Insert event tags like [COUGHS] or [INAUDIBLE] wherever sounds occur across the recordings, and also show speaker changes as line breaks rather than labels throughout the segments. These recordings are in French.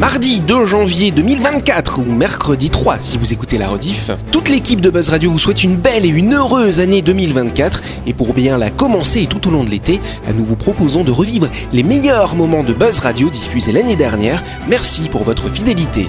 mardi 2 janvier 2024 ou mercredi 3 si vous écoutez la rediff. Toute l'équipe de Buzz Radio vous souhaite une belle et une heureuse année 2024 et pour bien la commencer et tout au long de l'été, euh, nous vous proposons de revivre les meilleurs moments de Buzz Radio diffusés l'année dernière. Merci pour votre fidélité.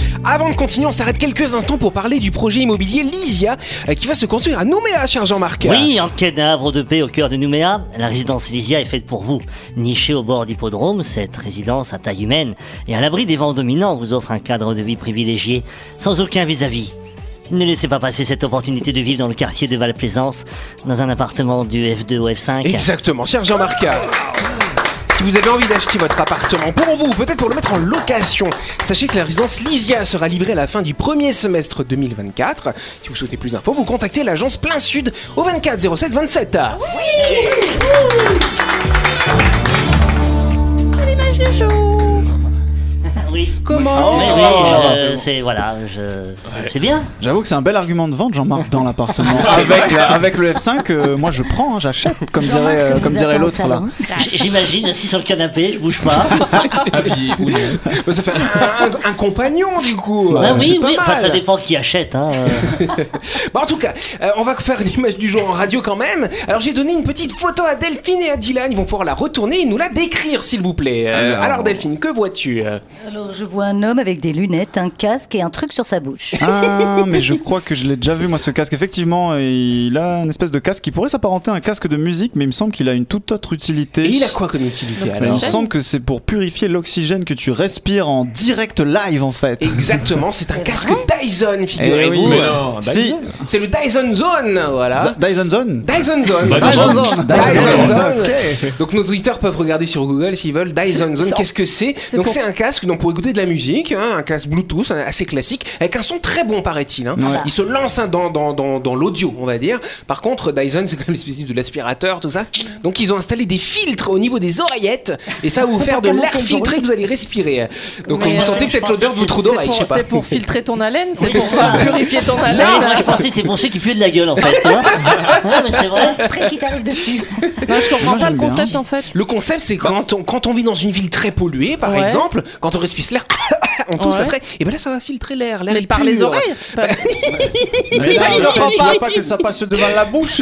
avant de continuer, on s'arrête quelques instants pour parler du projet immobilier Lysia euh, qui va se construire à Nouméa, cher Jean-Marc.
Oui, un cadavre de paix au cœur de Nouméa, la résidence Lysia est faite pour vous. Nichée au bord d'hippodrome, cette résidence à taille humaine et à l'abri des vents dominants vous offre un cadre de vie privilégié, sans aucun vis-à-vis. vis à vis ne laissez pas passer cette opportunité de vivre dans le quartier de Val-Plaisance, dans un appartement du F2 au F5.
Exactement, cher Jean-Marc. Si vous avez envie d'acheter votre appartement pour vous ou peut-être pour le mettre en location, sachez que la résidence Lysia sera livrée à la fin du premier semestre 2024. Si vous souhaitez plus d'infos, vous contactez l'agence Plein Sud au 24 07 27.
Ah
Oui
L'image du jour.
Ah Oui.
Comment
Mais oui, je- c'est voilà, je- c'est- c'est bien.
J'avoue que c'est un bel argument de vente, Jean-Marc, dans l'appartement. avec, la- avec le F5, euh, moi je prends, hein, j'achète, comme dirait, euh, comme dirait l'autre là.
J- J'imagine assis sur le canapé, je bouge
[LAUGHS]
pas.
Bah, Ça fait un, un- un compagnon du coup.
Ouais,
Euh,
Ah oui,
c'est pas
oui. Enfin,
mal.
ça dépend qui achète. Hein. euh.
Bah, en tout cas, euh, on va faire l'image du jour en radio quand même. Alors j'ai donné une petite photo à Delphine et à Dylan. Ils vont pouvoir la retourner et nous la décrire s'il vous plaît. Euh,
Alors.
alors Delphine, que vois-tu Euh,
Alors, je vois un homme avec des lunettes, un casque et un truc sur sa bouche.
Ah, mais je crois que je l'ai déjà vu, moi, ce casque. Effectivement, il a une espèce de casque qui pourrait s'apparenter à un casque de musique, mais il me semble qu'il a une toute autre utilité.
Et il a quoi comme utilité
Il me
alors
semble que c'est pour purifier l'oxygène que tu respires en direct live, en fait.
Exactement, c'est un casque Dyson,
Eh oui,
figurez-vous.
mais Si,
C'est le Dyson Zone, voilà.
Z- Dyson Zone
Dyson Zone.
Dyson Zone.
Dyson
Dyson
Zone.
Zone. Ok.
Donc nos auditeurs peuvent regarder sur Google s'ils veulent Dyson Zone. Qu'est-ce que c'est Donc c'est un casque donc, pour écouter de la musique, hein, un casque Bluetooth hein, assez classique, avec un son très bon paraît-il. hein.
Ouais.
Il se lance hein, dans, dans, dans, dans l'audio, on va dire. Par contre, Dyson, c'est comme l'espèce de l'aspirateur, tout ça. Donc ils ont installé des filtres au niveau des oreillettes, et ça va vous faire de
Pour
l'air
camoufler le
filtré que vous allez respirer. Donc
Mais,
vous
euh,
sentez
je
peut-être
pense
l'odeur
que
de vos trous
C'est
d'oreille, je sais
pour,
pas.
c'est pour filtrer ton haleine, c'est
Oui,
pour
c'est ça.
purifier ton
Non, moi, je
haleine.
pensais que c'est pour ceux qui puent de la gueule en fait.
[LAUGHS]
tu vois. Ouais, mais c'est vrai.
Un spray qui t'arrive dessus.
Non, je comprends
Moi,
pas
j'aime
le
bien.
concept en fait.
Le concept, c'est
Bah.
quand on, quand on vit dans une ville très polluée, par
Ouais.
exemple, quand on respire l'air, [COUGHS] on tousse
Ouais.
après, et ben là, ça va filtrer l'air. l'air
Mais
il
par
pue.
les oreilles pas-
Mais
ça
là,
que je
euh,
comprends
tu
pas.
vois pas que ça passe devant la [LAUGHS] bouche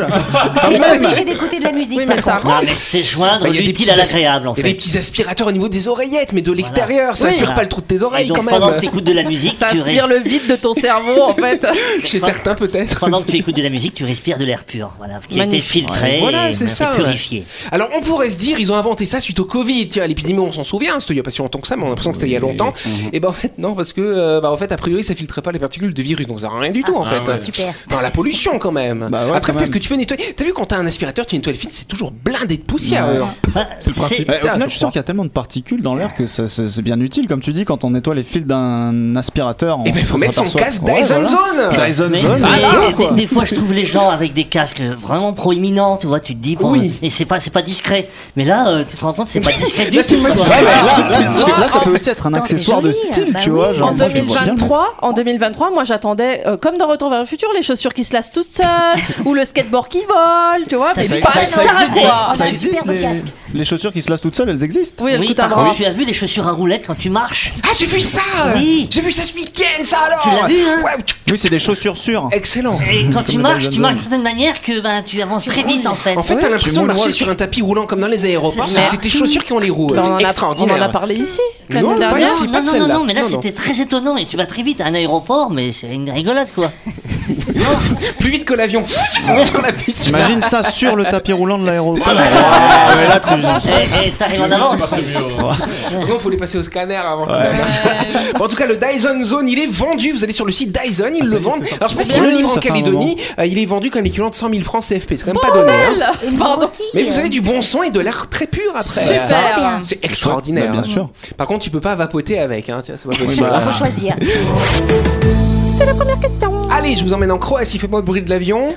T'es pas obligé d'écouter de la musique.
Oui,
par
mais ça
contre.
Non, mais c'est joindre
Bah, il y a des
l'utile
petits
à l'agréable en
Il y a des
fait.
petits aspirateurs au niveau des oreillettes, mais de l'extérieur, ça
Oui.
aspire
Voilà.
pas le trou de tes
Et
oreilles
donc
quand même.
pendant que t'écoutes de la musique,
Ça
tu
aspire
respires.
le vide de ton cerveau en fait.
Chez certains peut-être.
Pendant que tu écoutes de la musique, tu respires de l'air pur, voilà, qui a été
Magnifique.
filtré
Ouais, voilà,
et,
c'est
et
ça, ouais.
purifié.
Alors on pourrait se dire, ils ont inventé ça suite au Covid. Tiens, l'épidémie, on s'en souvient, hein, c'était il y a pas si longtemps que ça, mais on a l'impression que c'était il y a longtemps. Et ben en fait non, parce que euh, bah, en fait a priori ça filtrait pas les particules de virus, donc ça sert à rien du tout en fait.
super.
Enfin, la pollution quand même.
Bah ouais,
Après
quand
peut-être
même.
que tu peux nettoyer. T'as vu quand t'as un aspirateur, tu nettoies le filtre, c'est toujours blindé de poussière.
Ouais.
euh,
Enfin, c'est-
Ouais, au
je
final, je suis sûr qu'il y a tellement de particules dans l'air que ça- ça- c'est bien utile, comme tu dis, quand on nettoie les fils d'un aspirateur.
Eh ben, faut mettre son casque Dyson Zone.
Dyson
Mais,
Zone.
mais-
Ah,
des-
quoi.
des, fois, je trouve les gens avec des casques vraiment proéminents, tu vois, tu te dis, bon,
Oui.
et c'est pas, c'est pas discret. Mais là, euh, tu te rends compte,
[LAUGHS]
c'est pas discret du
Là, c'est
tout.
pas
quoi.
Ouais, mais là,
Ah,
là,
c'est
là,
sûr.
là, ça peut aussi être un
Attends,
accessoire
c'est
de
joli,
style,
bah
tu
oui.
vois. Genre,
En
moi, je le vois bien.
2023, en 2023, moi j'attendais, euh, comme dans Retour vers le futur, les chaussures qui se lassent toutes seules ou le skateboard qui vole, tu vois, mais
Ça-
pas
ça-
ça,
ça existe,
quoi.
Ça
un
existe,
superbe
les,
casque.
les chaussures qui se lassent toutes seules, elles existent.
Oui, elle
Oui,
coûte un
hein.
par
bras.
contre, tu as vu les chaussures à roulettes quand tu marches
Ah, j'ai vu ça
Oui.
J'ai vu ça ce week-end, ça alors
Tu l'as vu, hein
Ouais, tu-
Oui, c'est des chaussures sûres.
Excellent
Et quand tu
les
marches,
Dyson
tu marches
Zone.
d'une certaine manière que ben, tu avances très vite, en fait.
En fait,
Ouais.
t'as l'impression de
tu
marcher
moonwalk.
sur un tapis roulant comme dans les aéroports,
C'est
sauf que
ça.
c'est tes chaussures qui ont les roues.
Bah, On en
C'est
a-
extraordinaire.
On en a parlé ici,
Non,
l'année
pas
dernière.
ici. c'est
non,
pas de
non,
celle-là.
non, mais là
Non, non.
[LAUGHS] c'était très étonnant et tu vas très vite à un aéroport, mais c'est une rigolade quoi.
[LAUGHS] Plus vite que l'avion sur la piste.
T'imagines ça sur le tapis roulant de l'aéroport
Ah,
Voilà.
bah,
Ouais, mais là, tu-
Et et Eh, t'arrives en avance.
Non, faut les passer au scanner avant.
Euh,
[LAUGHS] Bon, en tout cas, le Dyson Zone, il est vendu. Vous allez sur le site Dyson, ils le vendent. Alors, je sais pas si
bien.
le livre en
Ça fait un
Calédonie, euh, il est vendu comme l'équivalent de 100 000 francs CFP. C'est quand même pas donné. hein.
Pardon.
Mais vous avez du bon son et de l'air très pur après.
Super.
bien.
C'est extraordinaire. hein.
Bah, bien sûr.
Par contre, tu peux pas vapoter avec. Hein. Tiens, c'est pas possible.
bah.
Il faut choisir.
Allez, je vous emmène en Croatie. Faites-moi le bruit de l'avion.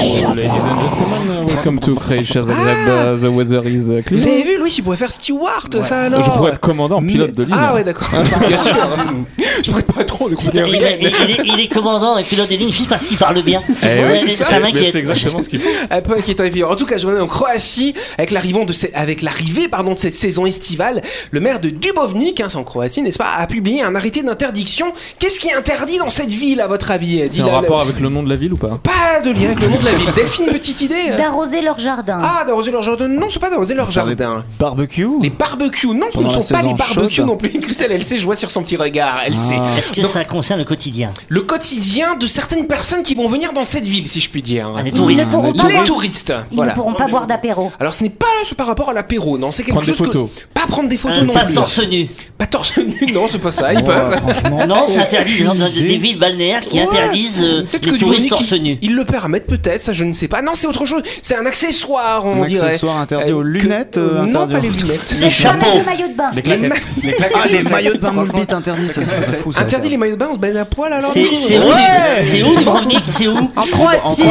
Ladies and gentlemen, welcome to Croatia Zagreb.
uh,
The weather is
euh, Vous
clear.
avez vu, Louis, il pourrait faire Stewart, ça alors.
Je pourrais être commandant, pilote de ligne.
hein.
Ah ouais, d'accord. bien sûr. [LAUGHS] je pourrais pas trop.
[LAUGHS] Il est, il est- il est commandant et pilote de ligne juste parce qu'il parle bien.
Eh
ouais,
Et
c'est ça,
Mais
m'inquiète.
c'est exactement ce qu'il faut.
Un peu inquiétant évidemment. En tout cas, je reviens en Croatie avec l'arrivée de, ce- avec l'arrivée, pardon, de cette saison estivale. Le maire de Dubovnik, hein, c'est en Croatie, n'est-ce pas, a publié un arrêté d'interdiction. Qu'est-ce qui est interdit dans cette ville, à votre avis
C'est
Dit
en
la- la-
rapport avec le nom de la ville ou pas
Pas de lien avec le nom de la ville. Delphine, petite idée euh
D'arroser leur jardin.
Ah, d'arroser leur jardin. Non, c'est pas d'arroser leur jardin.
Barbecue
Les barbecues, non, ce ne
Pendant
sont
la
pas
saison
les barbecues
chaude.
non plus. [LAUGHS] Christelle, elle sait, je vois sur son petit regard, elle sait.
Ah.
Est-ce que
Donc-
ça concerne le quotidien
Le quotidien de certaines personnes qui vont venir dans cette ville, si je puis dire.
Ah, Les
Ils ne
touristes.
pourront pas
Les
boire-
touristes,
ils
voilà.
ne pourront pas boire d'apéro.
Alors ce n'est pas ce par rapport à l'apéro, non, c'est quelque
Prendre des
chose
photos.
que pas prendre des photos
Euh,
non
Pas
plus.
torse nu.
Pas torse nu, non, c'est pas ça, ils
Ouais,
peuvent.
franchement.
Non, c'est interdit dans dans des villes balnéaires qui
Oh, Ouais.
interdisent euh,
Peut-être que
les touristes
Dubrovnik,
torse
il-
nu.
Ils le permettent peut-être, ça je ne sais pas. Non, c'est autre chose, c'est un accessoire, on
Un
dirait.
accessoire interdit
Euh,
aux
que-
lunettes, euh,
euh, Non,
interdit
pas
aux-
les lunettes.
Les
Jamais
chapeaux.
le maillot de bain.
Les
ma-
claquettes.
les
Ah, les maillots de bain
Franchement,
moulbit interdit, ça c'est fou ça.
Interdit les maillots de bain, on se baigne à poil alors
C'est
du coup
c'est où les- C'est où Dubrovnik C'est où
Ah,
En Croatie.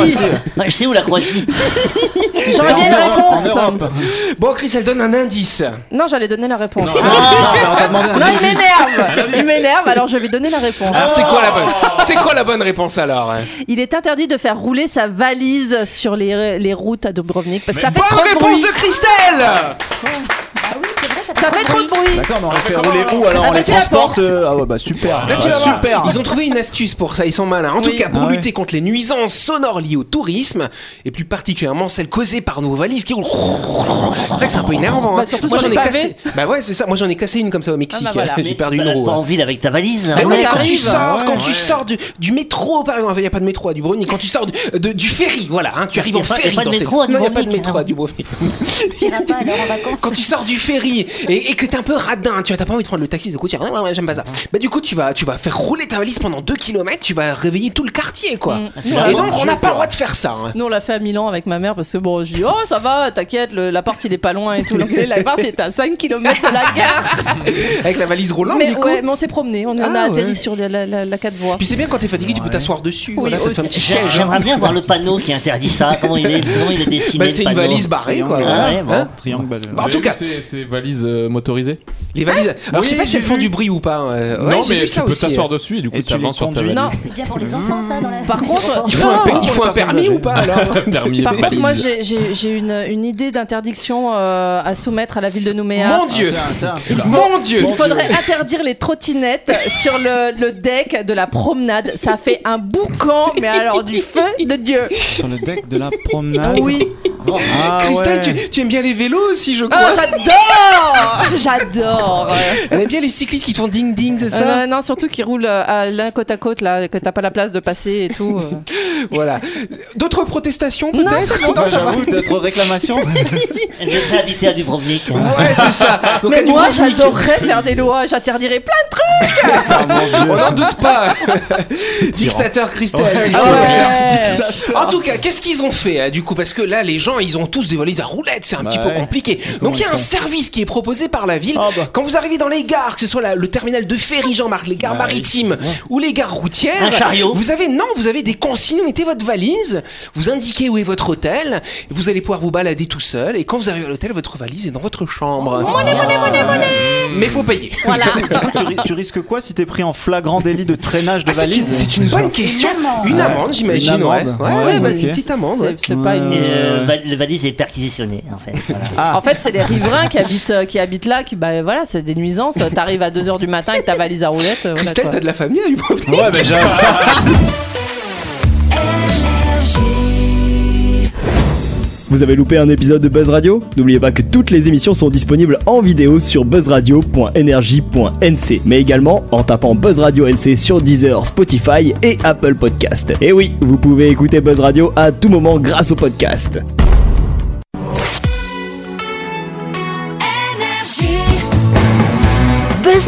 Ouais, C'est où la Croatie
Ah, J'aurais bien la réponse.
Bon, Chris, elle donne un indice.
Non, j'allais donner la réponse. Ah,
Non,
Ah,
Non, il m'énerve. Il m'énerve, alors je vais donner la réponse.
Ah.
Alors, c'est quoi la bonne C'est quoi la bonne réponse alors hein
Il est interdit de faire rouler sa valise sur les, les routes à Dubrovnik parce que ça fait
Bonne
trop de bruit.
réponse de Christelle
Ah oui, c'est vrai, ça
Ça fait trop de bruit.
D'accord, mais on les fait rouler où alors
Ah
On
bah,
les
tu la
transporte
portes.
euh, Ah ouais, bah super.
Là, tu
Bah,
vas voir,
super.
Ils ont trouvé une astuce pour ça, ils sont malins. En tout
Oui.
cas, pour
Ah ouais.
lutter contre les nuisances sonores liées au tourisme, et plus particulièrement celles causées par nos valises qui roulent. C'est vrai que c'est un peu énervant.
Bah,
hein.
surtout
Moi
sur
j'en ai
les
cassé. Bah ouais, c'est ça. Moi j'en ai cassé une comme ça au Mexique.
Ah bah voilà.
J'ai perdu une
T'as
roue.
Pas
ouais.
en ville avec ta valise.
Bah
Ah
oui,
ouais,
mais quand
t'arrives.
tu sors,
Ouais,
quand tu sors du, du métro, par exemple, il n'y a pas de métro à Dubrovnik, quand tu sors du, de- du ferry, voilà, hein, tu arrives
Y a
en
pas- y a
ferry
pas de
dans cette-
métro à
Non, il n'y a pas de
Dubrovnik,
métro à
hein.
Dubrovnik.
Tu iras pas alors en vacances.
Quand tu sors du ferry et, et que t'es un peu radin, tu vois, t'as pas envie de prendre le taxi, du coup tu dis, Ouais, ouais, ouais, j'aime pas ça. Bah du coup tu vas, tu vas faire rouler ta valise pendant 2 km, tu vas réveiller tout le quartier quoi. Et donc on n'a pas le droit de faire ça. hein.
Nous, on l'a fait à Milan avec ma mère parce que bon, je dis oh ça va, t'inquiète, le- l'appart il est pas loin et tout. Donc l'appart est à 5 km de la gare.
Avec la valise roulante
mais,
Ah, du coup.
ouais, mais on s'est promené, on, on
Ah,
a atterri
ouais.
sur la, la, la, la 4 voies.
Puis c'est bien quand t'es fatigué, tu peux t'asseoir dessus. voilà, ça te fait un petit
J'ai-
siège. hein.
J'aimerais bien voir le panneau qui interdit ça. Comment il est, comment il est dessiné
Bah
le
c'est une
panneau.
valise barrée quoi.
Ah ouais, bon.
Hein
Triangle balleux.
Bah, en
Vous
tout
avez
cas,
vu ces ces valises euh, motorisées
les valises. Alors je sais
Oui,
pas si
j'ai
elles font
vu.
du bruit ou pas. euh, ouais,
non,
j'ai
mais
vu
tu
ça
peux
aussi. hein.
t'asseoir dessus et du coup
Et tu
t'avances
les
sur ta
conduis.
valise.
Non,
C'est bien pour les enfants, ça. Dans la...
Par contre-
Il faut un,
Non,
pe-
pour
il faut un
personnes
permis
âgées.
ou pas alors
Permis
Par
de
contre, moi
valise.
j'ai- j'ai j'ai une, une idée d'interdiction euh, à soumettre à la ville de Nouméa.
Mon dieu Ah,
tiens.
Mon dieu
Il faudrait interdire les trottinettes sur le, le deck de la promenade. Ça fait un boucan, mais alors du feu de Dieu.
Sur le deck de la promenade.
Oui.
Ah,
Christelle,
ouais.
tu, tu aimes bien les vélos aussi, je
Oh,
crois.
j'adore J'adore
Elle aime bien les cyclistes qui font ding ding, c'est ça
Euh, Non, surtout qu'ils roulent euh, à l'un côte à côte, là, que t'as pas la place de passer et
[LAUGHS]
tout. euh. [LAUGHS]
Voilà. D'autres protestations
Non, Bah,
peut-être Non,
Moi,
ça va.
J'avoue d'autres réclamations.
Je serais habité à Dubrovnik.
Ouais,
[LAUGHS]
c'est ça. Donc, à
Mais moi,
Dubrovnik,
j'adorerais faire des lois, j'interdirais plein de trucs
Ah, mon
On
Dieu.
n'en doute
[LAUGHS]
pas. Dictateur Christelle, tu sais.
Ouais.
En tout cas, qu'est-ce qu'ils ont fait euh, du coup Parce que là, les gens, ils ont tous des valises à roulettes, c'est un
Bah
petit peu
ouais.
compliqué.
comment
Donc il y a
ils
un
font
service qui est proposé par la ville.
Ah bah.
Quand vous arrivez dans les gares, que ce soit la- le terminal de ferry, Jean-Marc, les gares
Bah Ouais.
maritimes ou les gares routières,
Un chariot.
vous avez non, vous avez des consignes. Vous mettez votre valise, vous indiquez où est votre hôtel, vous allez pouvoir vous balader tout seul. Et quand vous arrivez à l'hôtel, votre valise est dans votre chambre. Mais faut payer.
tu, ri- tu risques quoi si t'es pris en flagrant délit de traînage de
Ah, c'est,
valise
une, c'est une bonne question.
amende.
Une
Ouais.
amende, j'imagine.
Une amende.
Ouais, ouais,
Ouais,
ouais,
ok.
bah, une petite amende. ouais. Ah.
C'est- C'est pas une.
Et, euh,
Ouais.
val- le valise est perquisitionné en fait. Voilà.
En fait, c'est les riverains qui habitent, euh, qui habitent là, qui, bah voilà, c'est des nuisances. T'arrives à 2h du matin avec ta valise à roulettes. euh, voilà,
Christelle,
quoi.
t'as de la famille à Dubrovnik
Ouais, bah j'avoue.
Vous avez loupé un épisode de Buzz Radio N'oubliez pas que toutes les émissions sont disponibles en vidéo sur buzzradio.energie.nc, mais également en tapant Buzz Radio NC sur Deezer, Spotify et Apple Podcast. Et oui, vous pouvez écouter Buzz Radio à tout moment grâce au podcast.
Buzz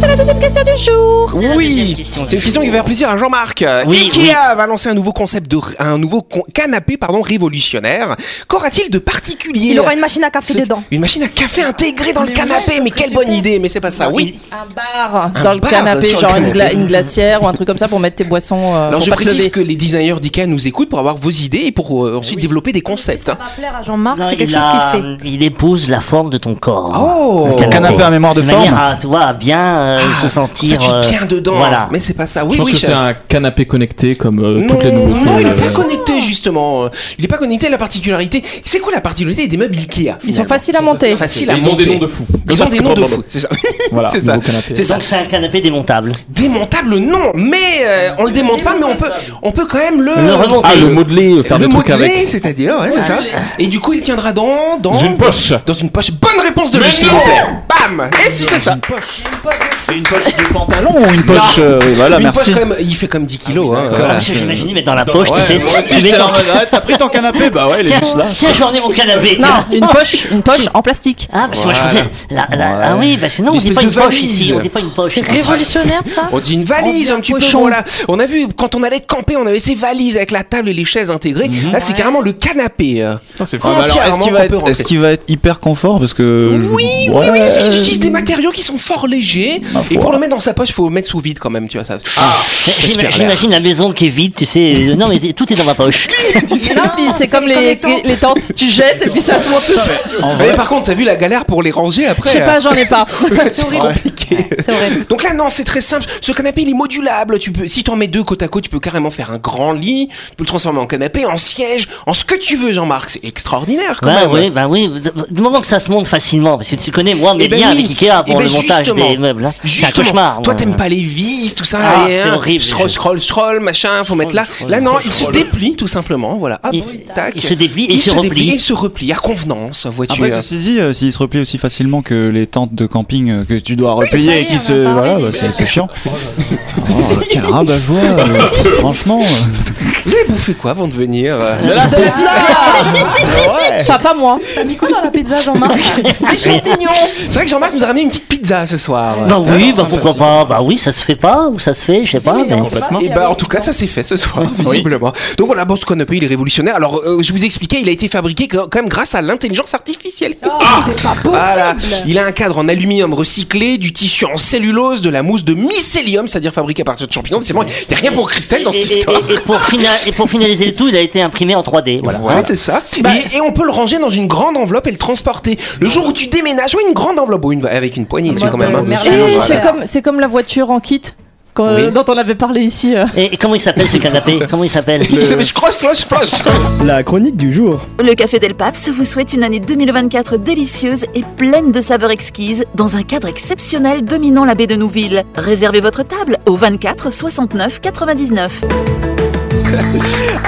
C'est la deuxième
Oui,
question.
c'est une question qui va faire plaisir à Jean-Marc.
Oui,
Ikea va lancer un nouveau concept de un nouveau con- canapé pardon révolutionnaire. Qu'aura-t-il de particulier
Il aura une machine à café
Ce-
dedans.
Une machine à café intégrée dans le canapé, mais quelle bonne idée, mais c'est pas ça, oui.
Un bar
Un
dans le
bar
canapé,
sur le
genre une,
canapé.
gla- une glacière ou un truc comme ça pour mettre tes boissons. euh,
Alors
pour
je
pas te
précise
lever.
que les designers d'IKEA nous écoutent pour avoir vos idées et pour euh, ensuite développer des concepts.
Ah
Ça
hein.
va plaire à Jean-Marc,
Non,
c'est quelque
il
chose
a-
qu'il fait.
Il épouse la forme de ton corps.
Oh Ah,
Un canapé à mémoire de
De
forme
manière à, tu vois, à bien euh, se
Ça
sentir.
tue
euh,
bien dedans,
Voilà.
mais c'est pas ça.
Je
Oui,
pense
oui,
que
je-
c'est un canapé connecté comme euh,
Non,
toutes les nouveautés.
non, il est
euh,
pas connecté justement. Il est pas connecté à la particularité. C'est quoi la particularité des meubles Ikea
Ils sont
finalement
faciles à monter.
Faciles
et
à
ils ont
monter.
des noms de fous.
Ils ont des noms de fous,
fous.
c'est ça.
Voilà,
c'est ça.
nouveau canapé.
C'est ça.
Donc c'est un canapé démontable.
Démontable, non, mais euh, on le démonte pas, mais on peut, on peut quand même le.
Le remonter.
Ah, le modelé, euh, faire
le
des trucs
modeler,
avec.
c'est-à-dire, ouais, c'est ça. Et du coup, il tiendra dans. Dans
Dans une poche.
Dans une poche. Bonne réponse de
Mais
Lucie, s'il
non
vous plaît. Bam Et si c'est ça
C'est une poche de pantalon ou une poche. euh, oui, voilà,
Une poche,
merci.
quand même, il fait quand même 10
Ah
kilos. hein,
Voilà,
voilà.
parce que j'imaginais mettre dans la poche, tu sais. tu mets
J'étais
ton-
[LAUGHS]
là en mode, ah, T'as pris ton canapé Bah ouais, il est
Tiens,
juste là.
tiens, j'en ai mon canapé.
[LAUGHS]
Non, une poche, une poche en plastique.
Ah, parce que moi je pensais. la- la- Ah oui, parce que non, on
Une
dit pas
espèce
une
de
poche
valise.
ici. On dit pas une poche. Ah,
C'est révolutionnaire ça
On dit une valise un petit peu, voilà. On a vu, quand on allait camper, on avait ces valises avec la table et les chaises intégrées.
Mhm.
Là, c'est carrément le canapé. euh,
c'est
Ah, bah
entièrement
alors, Est-ce qu'il
qu'on
va,
peut
être- est-ce
rentrer.
qu'il va être hyper confort Parce que.
Oui, oui,
Euh,
oui, parce qu'ils utilisent des matériaux qui sont fort légers.
Ah,
et pour le mettre dans sa poche, faut le mettre sous vide quand même, tu vois ça.
J'im-
Respire l'air.
Ah, J'imagine la maison qui est vide, tu sais. euh, Non, mais t- tout est dans ma poche.
Non, puis c'est comme les, les, les tentes, tu jettes et puis ça se monte tout seul.
Mais par contre, t'as vu la galère pour les ranger après hein.
Je sais pas, j'en ai
[LAUGHS]
pas.
c'est compliqué.
C'est vrai.
Donc là, non, c'est très simple. Ce canapé, il est modulable. Tu peux, si t'en mets deux côte à côte, tu peux carrément faire un grand lit. Tu peux le transformer en canapé, en siège, en ce que tu veux, Jean-Marc. C'est extraordinaire quand
Bah
même.
oui, bah oui. d- Du moment que ça se monte facilement, parce que tu connais, moi, mes
Eh ben
liens
oui.
avec Ikea
Eh
pour
ben
le montage
justement.
des meubles. hein. C'est un
Justement,
cauchemar.
Toi,
moi.
t'aimes pas les vis, tout ça.
Ah,
et,
c'est
hein,
horrible.
Scroll, scroll, scroll, machin. Faut mettre là.
scroll,
Là, non, il se
scroll.
déplie tout simplement. Voilà. Hop,
Il-
tac.
il se déplie et
Il
se replie.
déplie et il se replie à convenance, vois-tu.
Après,
euh.
ceci dit, euh, s'il se replie aussi facilement que les tentes de camping euh, que tu dois replier
ça y est,
et
on
qui se.
en a parlé
Voilà,
du
bah, c'est
bleu.
c'est [LAUGHS] chiant. Oh, quel rabat joie Franchement. euh.
Vous avez bouffé quoi avant de venir euh
Bah, Enfin, pas moi.
T'as mis quoi dans la pizza Jean-Marc
[LAUGHS]
C'est vrai que Jean-Marc nous a ramené une petite pizza ce soir.
Bah
C'était
oui,
vraiment
bah
sympa,
pourquoi
Ah, c'est-
pas. Bah oui, ça se fait pas ou ça se fait, je sais pas. mais-
Et bah en tout cas ça s'est fait ce soir visiblement. Donc voilà bon ce canapé il est révolutionnaire. Alors euh, je vous expliquais il a été fabriqué quand quand même grâce à l'intelligence artificielle.
C'est pas possible
Voilà. Il a un cadre en aluminium recyclé, du tissu en cellulose, de la mousse de mycélium, c'est-à-dire fabriquée à partir de champignons. C'est bon, il n'y a rien pour Christelle dans
Et-
cette
et-
histoire.
Et, et pour fina- et pour finaliser le tout, il a été imprimé
[LAUGHS]
en 3D.
Voilà,
Voilà.
c'est ça.
Bah,
Et, et on peut le ranger dans une grande enveloppe et le transporter. Le jour où tu déménages, oui, une grande enveloppe, ou une, avec une poignée,
Bah,
c'est quand même. hein.
Merlin,
Voilà.
Et C'est comme, c'est comme la voiture en kit quand- euh,
Oui.
dont on avait parlé ici. euh.
Et, et comment il s'appelle ce canapé Comment il s'appelle
[LAUGHS] Mais je croche, croche, croche.
La chronique du jour.
Le Café Del Paps vous souhaite une année 2024 délicieuse et pleine de saveurs exquises dans un cadre exceptionnel dominant la baie de Nouville. Réservez votre table au 24 69 99.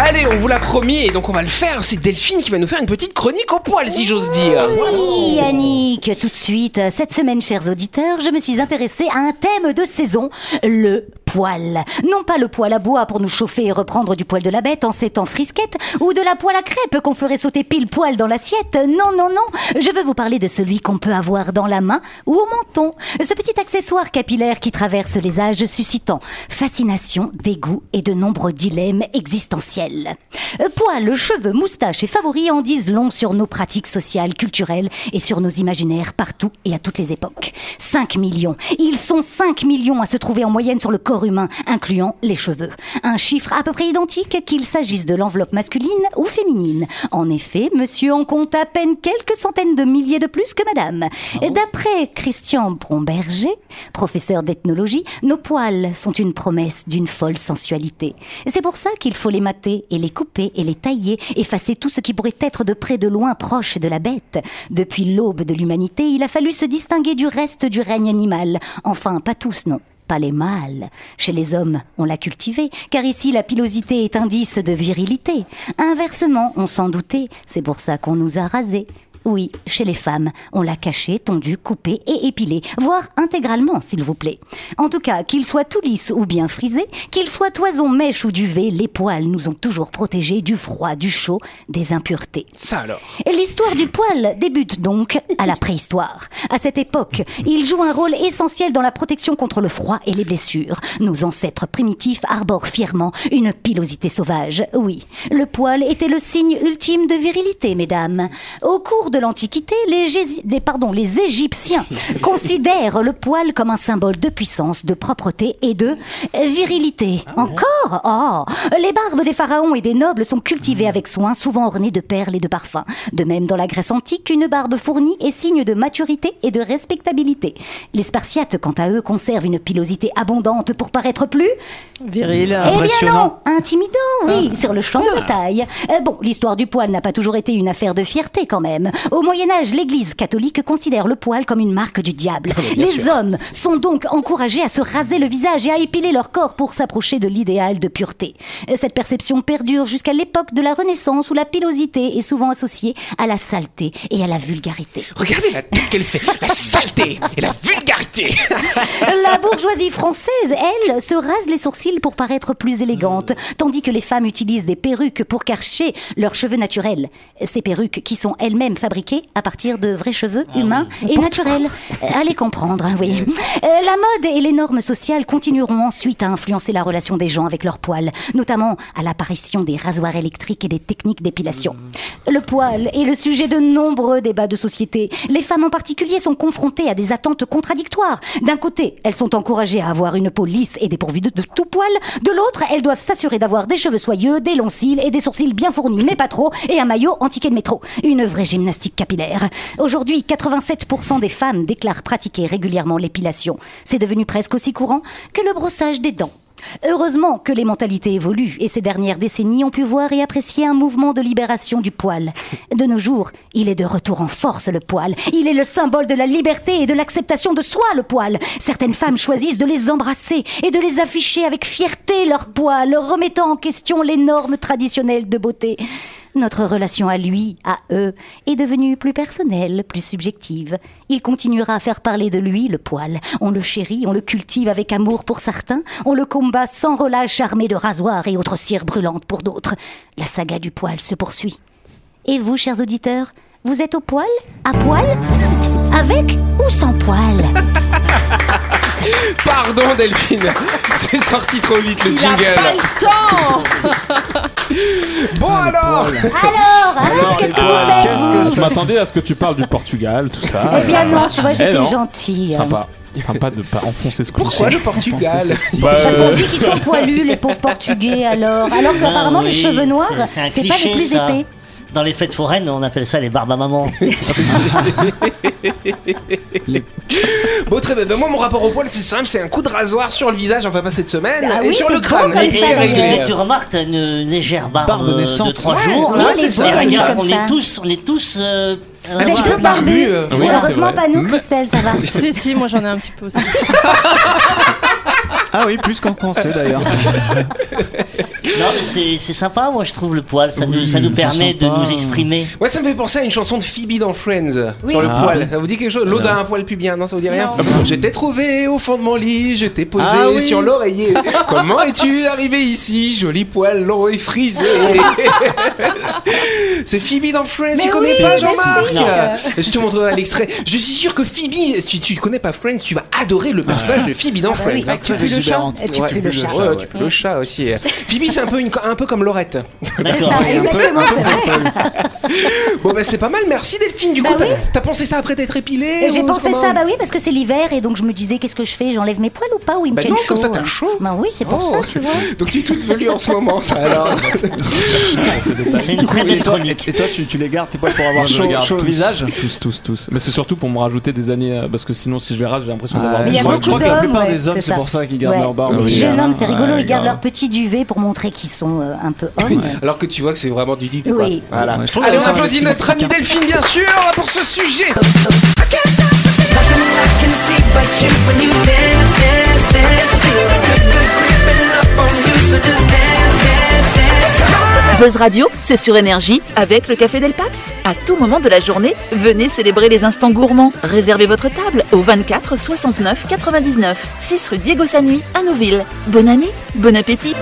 Allez, on vous l'a promis et donc on va le faire. C'est Delphine qui va nous faire une petite chronique au poil, si j'ose dire.
Oui, Yannick, tout de suite, euh, cette semaine, chers auditeurs, je me suis intéressée à un thème de saison, le poil. Non pas le poil à bois pour nous chauffer et reprendre du poil de la bête en ces temps frisquettes, ou de la poêle à crêpe qu'on ferait sauter pile poil dans l'assiette. Non, non, non, je veux vous parler de celui qu'on peut avoir dans la main ou au menton. Ce petit accessoire capillaire qui traverse les âges, suscitant fascination, dégoût et de nombreux dilemmes existentiels. Euh, Poils, cheveux, moustaches et favoris en disent long sur nos pratiques sociales, culturelles et sur nos imaginaires partout et à toutes les époques. 5 millions. Ils sont 5 millions à se trouver en moyenne sur le corps humain, incluant les cheveux. Un chiffre à peu près identique qu'il s'agisse de l'enveloppe masculine ou féminine. En effet, monsieur en compte à peine quelques centaines de milliers de plus que madame. Et D'après Christian Bromberger, professeur d'ethnologie, nos poils sont une promesse d'une folle sensualité. C'est pour ça qu'il faut les mater et les couper et les tailler, effacer tout ce qui pourrait être de près, de loin, proche de la bête. Depuis l'aube de l'humanité, il a fallu se distinguer du reste du règne animal. Enfin, pas tous, non. pas les mâles. Chez les hommes, on l'a cultivée, car ici la pilosité est indice de virilité. Inversement, on s'en doutait, c'est pour ça qu'on nous a rasés. Oui, chez les femmes, on l'a caché, tondu, coupé et épilé, voire intégralement, s'il vous plaît. En tout cas, qu'il soit tout lisse ou bien frisé, qu'il soit toison, mèche ou duvet, les poils nous ont toujours protégés du froid, du chaud, des impuretés.
Ça alors.
Et L'histoire du poil débute donc à la préhistoire. À cette époque, il joue un rôle essentiel dans la protection contre le froid et les blessures. Nos ancêtres primitifs arborent fièrement une pilosité sauvage. Oui, le poil était le signe ultime de virilité, mesdames. Au cours de l'Antiquité, les, Gési- des- pardon, les Égyptiens considèrent le poil comme un symbole de puissance, de propreté et de virilité. Encore Oh Les barbes des pharaons et des nobles sont cultivées avec soin, souvent ornées de perles et de parfums. De même, dans la Grèce antique, une barbe fournie est signe de maturité et de respectabilité. Les Spartiates, quant à eux, conservent une pilosité abondante pour paraître plus
Viril.
euh,
eh bien non,
Impressionnant.
intimidant, oui, sur le champ de bataille. Euh, bon, l'histoire du poil n'a pas toujours été une affaire de fierté quand même. Au Moyen Âge, l'Église catholique considère le poil comme une marque du diable. Les hommes sont donc encouragés à se raser le visage et à épiler leur corps pour s'approcher de l'idéal de pureté. Euh, Cette perception perdure jusqu'à l'époque de la Renaissance où la pilosité est souvent associée à la saleté et à la vulgarité.
Regardez la tête qu'elle fait, la saleté et la vulgarité.
La bourgeoisie française, elle, se rase les sourcils pour paraître plus élégante, tandis que les femmes utilisent des perruques pour cacher leurs cheveux naturels. Ces perruques qui sont elles-mêmes fabriquées à partir de vrais cheveux humains et naturels. Euh, Allez comprendre, hein, oui. Euh, La mode et les normes sociales continueront ensuite à influencer la relation des gens avec leurs poils, notamment à l'apparition des rasoirs électriques et des techniques d'épilation. Le poil est le sujet de nombreux débats de société. Les femmes en particulier sont confrontées à des attentes contradictoires. D'un côté, elles sont encouragées à avoir une peau lisse et dépourvue de, de tout poil. De l'autre, elles doivent s'assurer d'avoir des cheveux soyeux, des longs cils et des sourcils bien fournis, mais pas trop, et un maillot en ticket de métro. Une vraie gymnastique capillaire. Aujourd'hui, 87% des femmes déclarent pratiquer régulièrement l'épilation. C'est devenu presque aussi courant que le brossage des dents. Heureusement que les mentalités évoluent et ces dernières décennies ont pu voir et apprécier un mouvement de libération du poil. De nos jours, il est de retour en force le poil. Il est le symbole de la liberté et de l'acceptation de soi le poil. Certaines femmes choisissent de les embrasser et de les afficher avec fierté leur poil, remettant en question les normes traditionnelles de beauté. Notre relation à lui, à eux, est devenue plus personnelle, plus subjective. Il continuera à faire parler de lui le poil. On le chérit, on le cultive avec amour pour certains, on le combat sans relâche armé de rasoirs et autres cires brûlantes pour d'autres. La saga du poil se poursuit. Et vous, chers auditeurs, vous êtes au poil À poil Avec ou sans poil
Pardon Delphine, [LAUGHS] c'est sorti trop vite le
Il a
jingle.
pas le temps
Bon alors,
Alors, alors, qu'est-ce que vous faites vous
Ah. Je m'attendais à ce que tu parles du Portugal, tout ça.
Eh bien non, tu vois,
Eh
j'étais
non.
gentille.
Sympa. Sympa de pas enfoncer ce
pourquoi
cliché.
le Portugal
Bah,
Parce qu'on
euh,
dit qu'ils sont poilus, les pauvres Portugais, alors. Alors qu'apparemment,
Ah
les
oui,
cheveux noirs,
un
c'est pas les
cliché,
plus
ça.
épais.
Dans les fêtes foraines, on appelle ça les barbes à maman.
Bon très bien, Ben, moi mon rapport au poil c'est simple, c'est un coup de rasoir sur le visage, enfin pas cette semaine,
Ah
et
oui,
sur le
t'es grand
crâne,
comme
et
ça,
puis c'est
d'ailleurs.
réglé.
Et tu remarques, t'as une légère barbe,
Barbe
euh, de
naissante.
3
Ouais,
jours.
ouais,
là.
c'est
Et
ça,
regarde,
c'est
comme
on
ça.
est tous, on est tous. euh, à
Vous
la
êtes
barbe.
tous barbus.
euh,
Oui, c'est
Heureusement,
vrai.
pas nous, Christelle,
[LAUGHS]
ça va.
Si, si, moi j'en ai un petit peu aussi.
Ah oui, plus qu'en français d'ailleurs.
Non, mais c'est- c'est sympa, moi je trouve le poil. Ça nous,
Oui,
ça nous
c'est
permet de
sympa.
nous exprimer.
Moi ça me fait penser à une chanson de Phoebe dans Friends,
Oui. Ah
sur le
Ah.
poil, ça vous dit quelque chose L'eau d'un poil pubien, non ça vous dit rien J'étais trouvé au fond de mon lit, j'étais posé
Ah oui.
sur
[LAUGHS]
l'oreiller. Comment es-tu arrivé ici Joli poil long et
[LAUGHS]
frisé. c'est Phoebe dans Friends, tu connais
oui,
pas
mais
Jean-Marc
si.
Je te montrerai l'extrait. Je suis sûr que Phoebe, si tu connais pas Friends, tu vas adorer le personnage de Phoebe
Ah
dans Friends. hein.
bah tu plus le chat. Tu
Ouais,
plus le chat.
ouais, tu peux le chat aussi. Phoebe, c'est un peu, une, un peu comme Laurette.
C'est
D'accord.
ça, exactement, c'est vrai.
Bon, bah, c'est pas mal, merci Delphine. Du coup, t'as- t'as pensé ça après t'être épilée
Et Bah J'ai
ou
pensé
comment
ça, bah oui, parce que c'est l'hiver, et donc je me disais, qu'est-ce que je fais J'enlève mes poils ou pas Ou ils me
Bah
tiennent
non, comme ça,
chaud,
t'as
hein.
chaud.
Bah oui, c'est pour
Oh.
ça,
[LAUGHS]
tu vois.
Donc tu es toute velue en ce moment, ça
[LAUGHS]
alors.
C'est une très
Et
belle
toi,
chronique.
et toi, tu, tu les gardes tes poils pour avoir
je
chaud,
les garde
chaud au
tous,
visage
Tous, tous, tous. Mais c'est surtout pour me rajouter des années, euh, parce que sinon, si je les rase, j'ai l'impression d'avoir.
Ouais,
Mais il y a
je crois-
beaucoup
Je crois que la
d'hommes,
plupart
ouais,
des hommes,
c'est
c'est
ça.
pour ça qu'ils gardent
Ouais.
leur barbe.
Les
Oui,
jeunes
Ah,
hein.
hommes, c'est rigolo,
Ouais,
ils gardent
grave.
leur petit duvet pour montrer qu'ils sont euh, un peu hommes.
Alors que tu vois que c'est vraiment du lit. Quoi.
Oui.
Ah,
Voilà.
Allez, on applaudit notre amie Delphine, bien sûr, pour ce sujet.
I can see but you when you dance, dance, dance.
Buzz Radio, c'est sur énergie avec le Café Del Paps. À tout moment de la journée, venez célébrer les instants gourmands. Réservez votre table au 24 69 99 6 rue Diego Sanui à Nouville. Bonne année, bon appétit.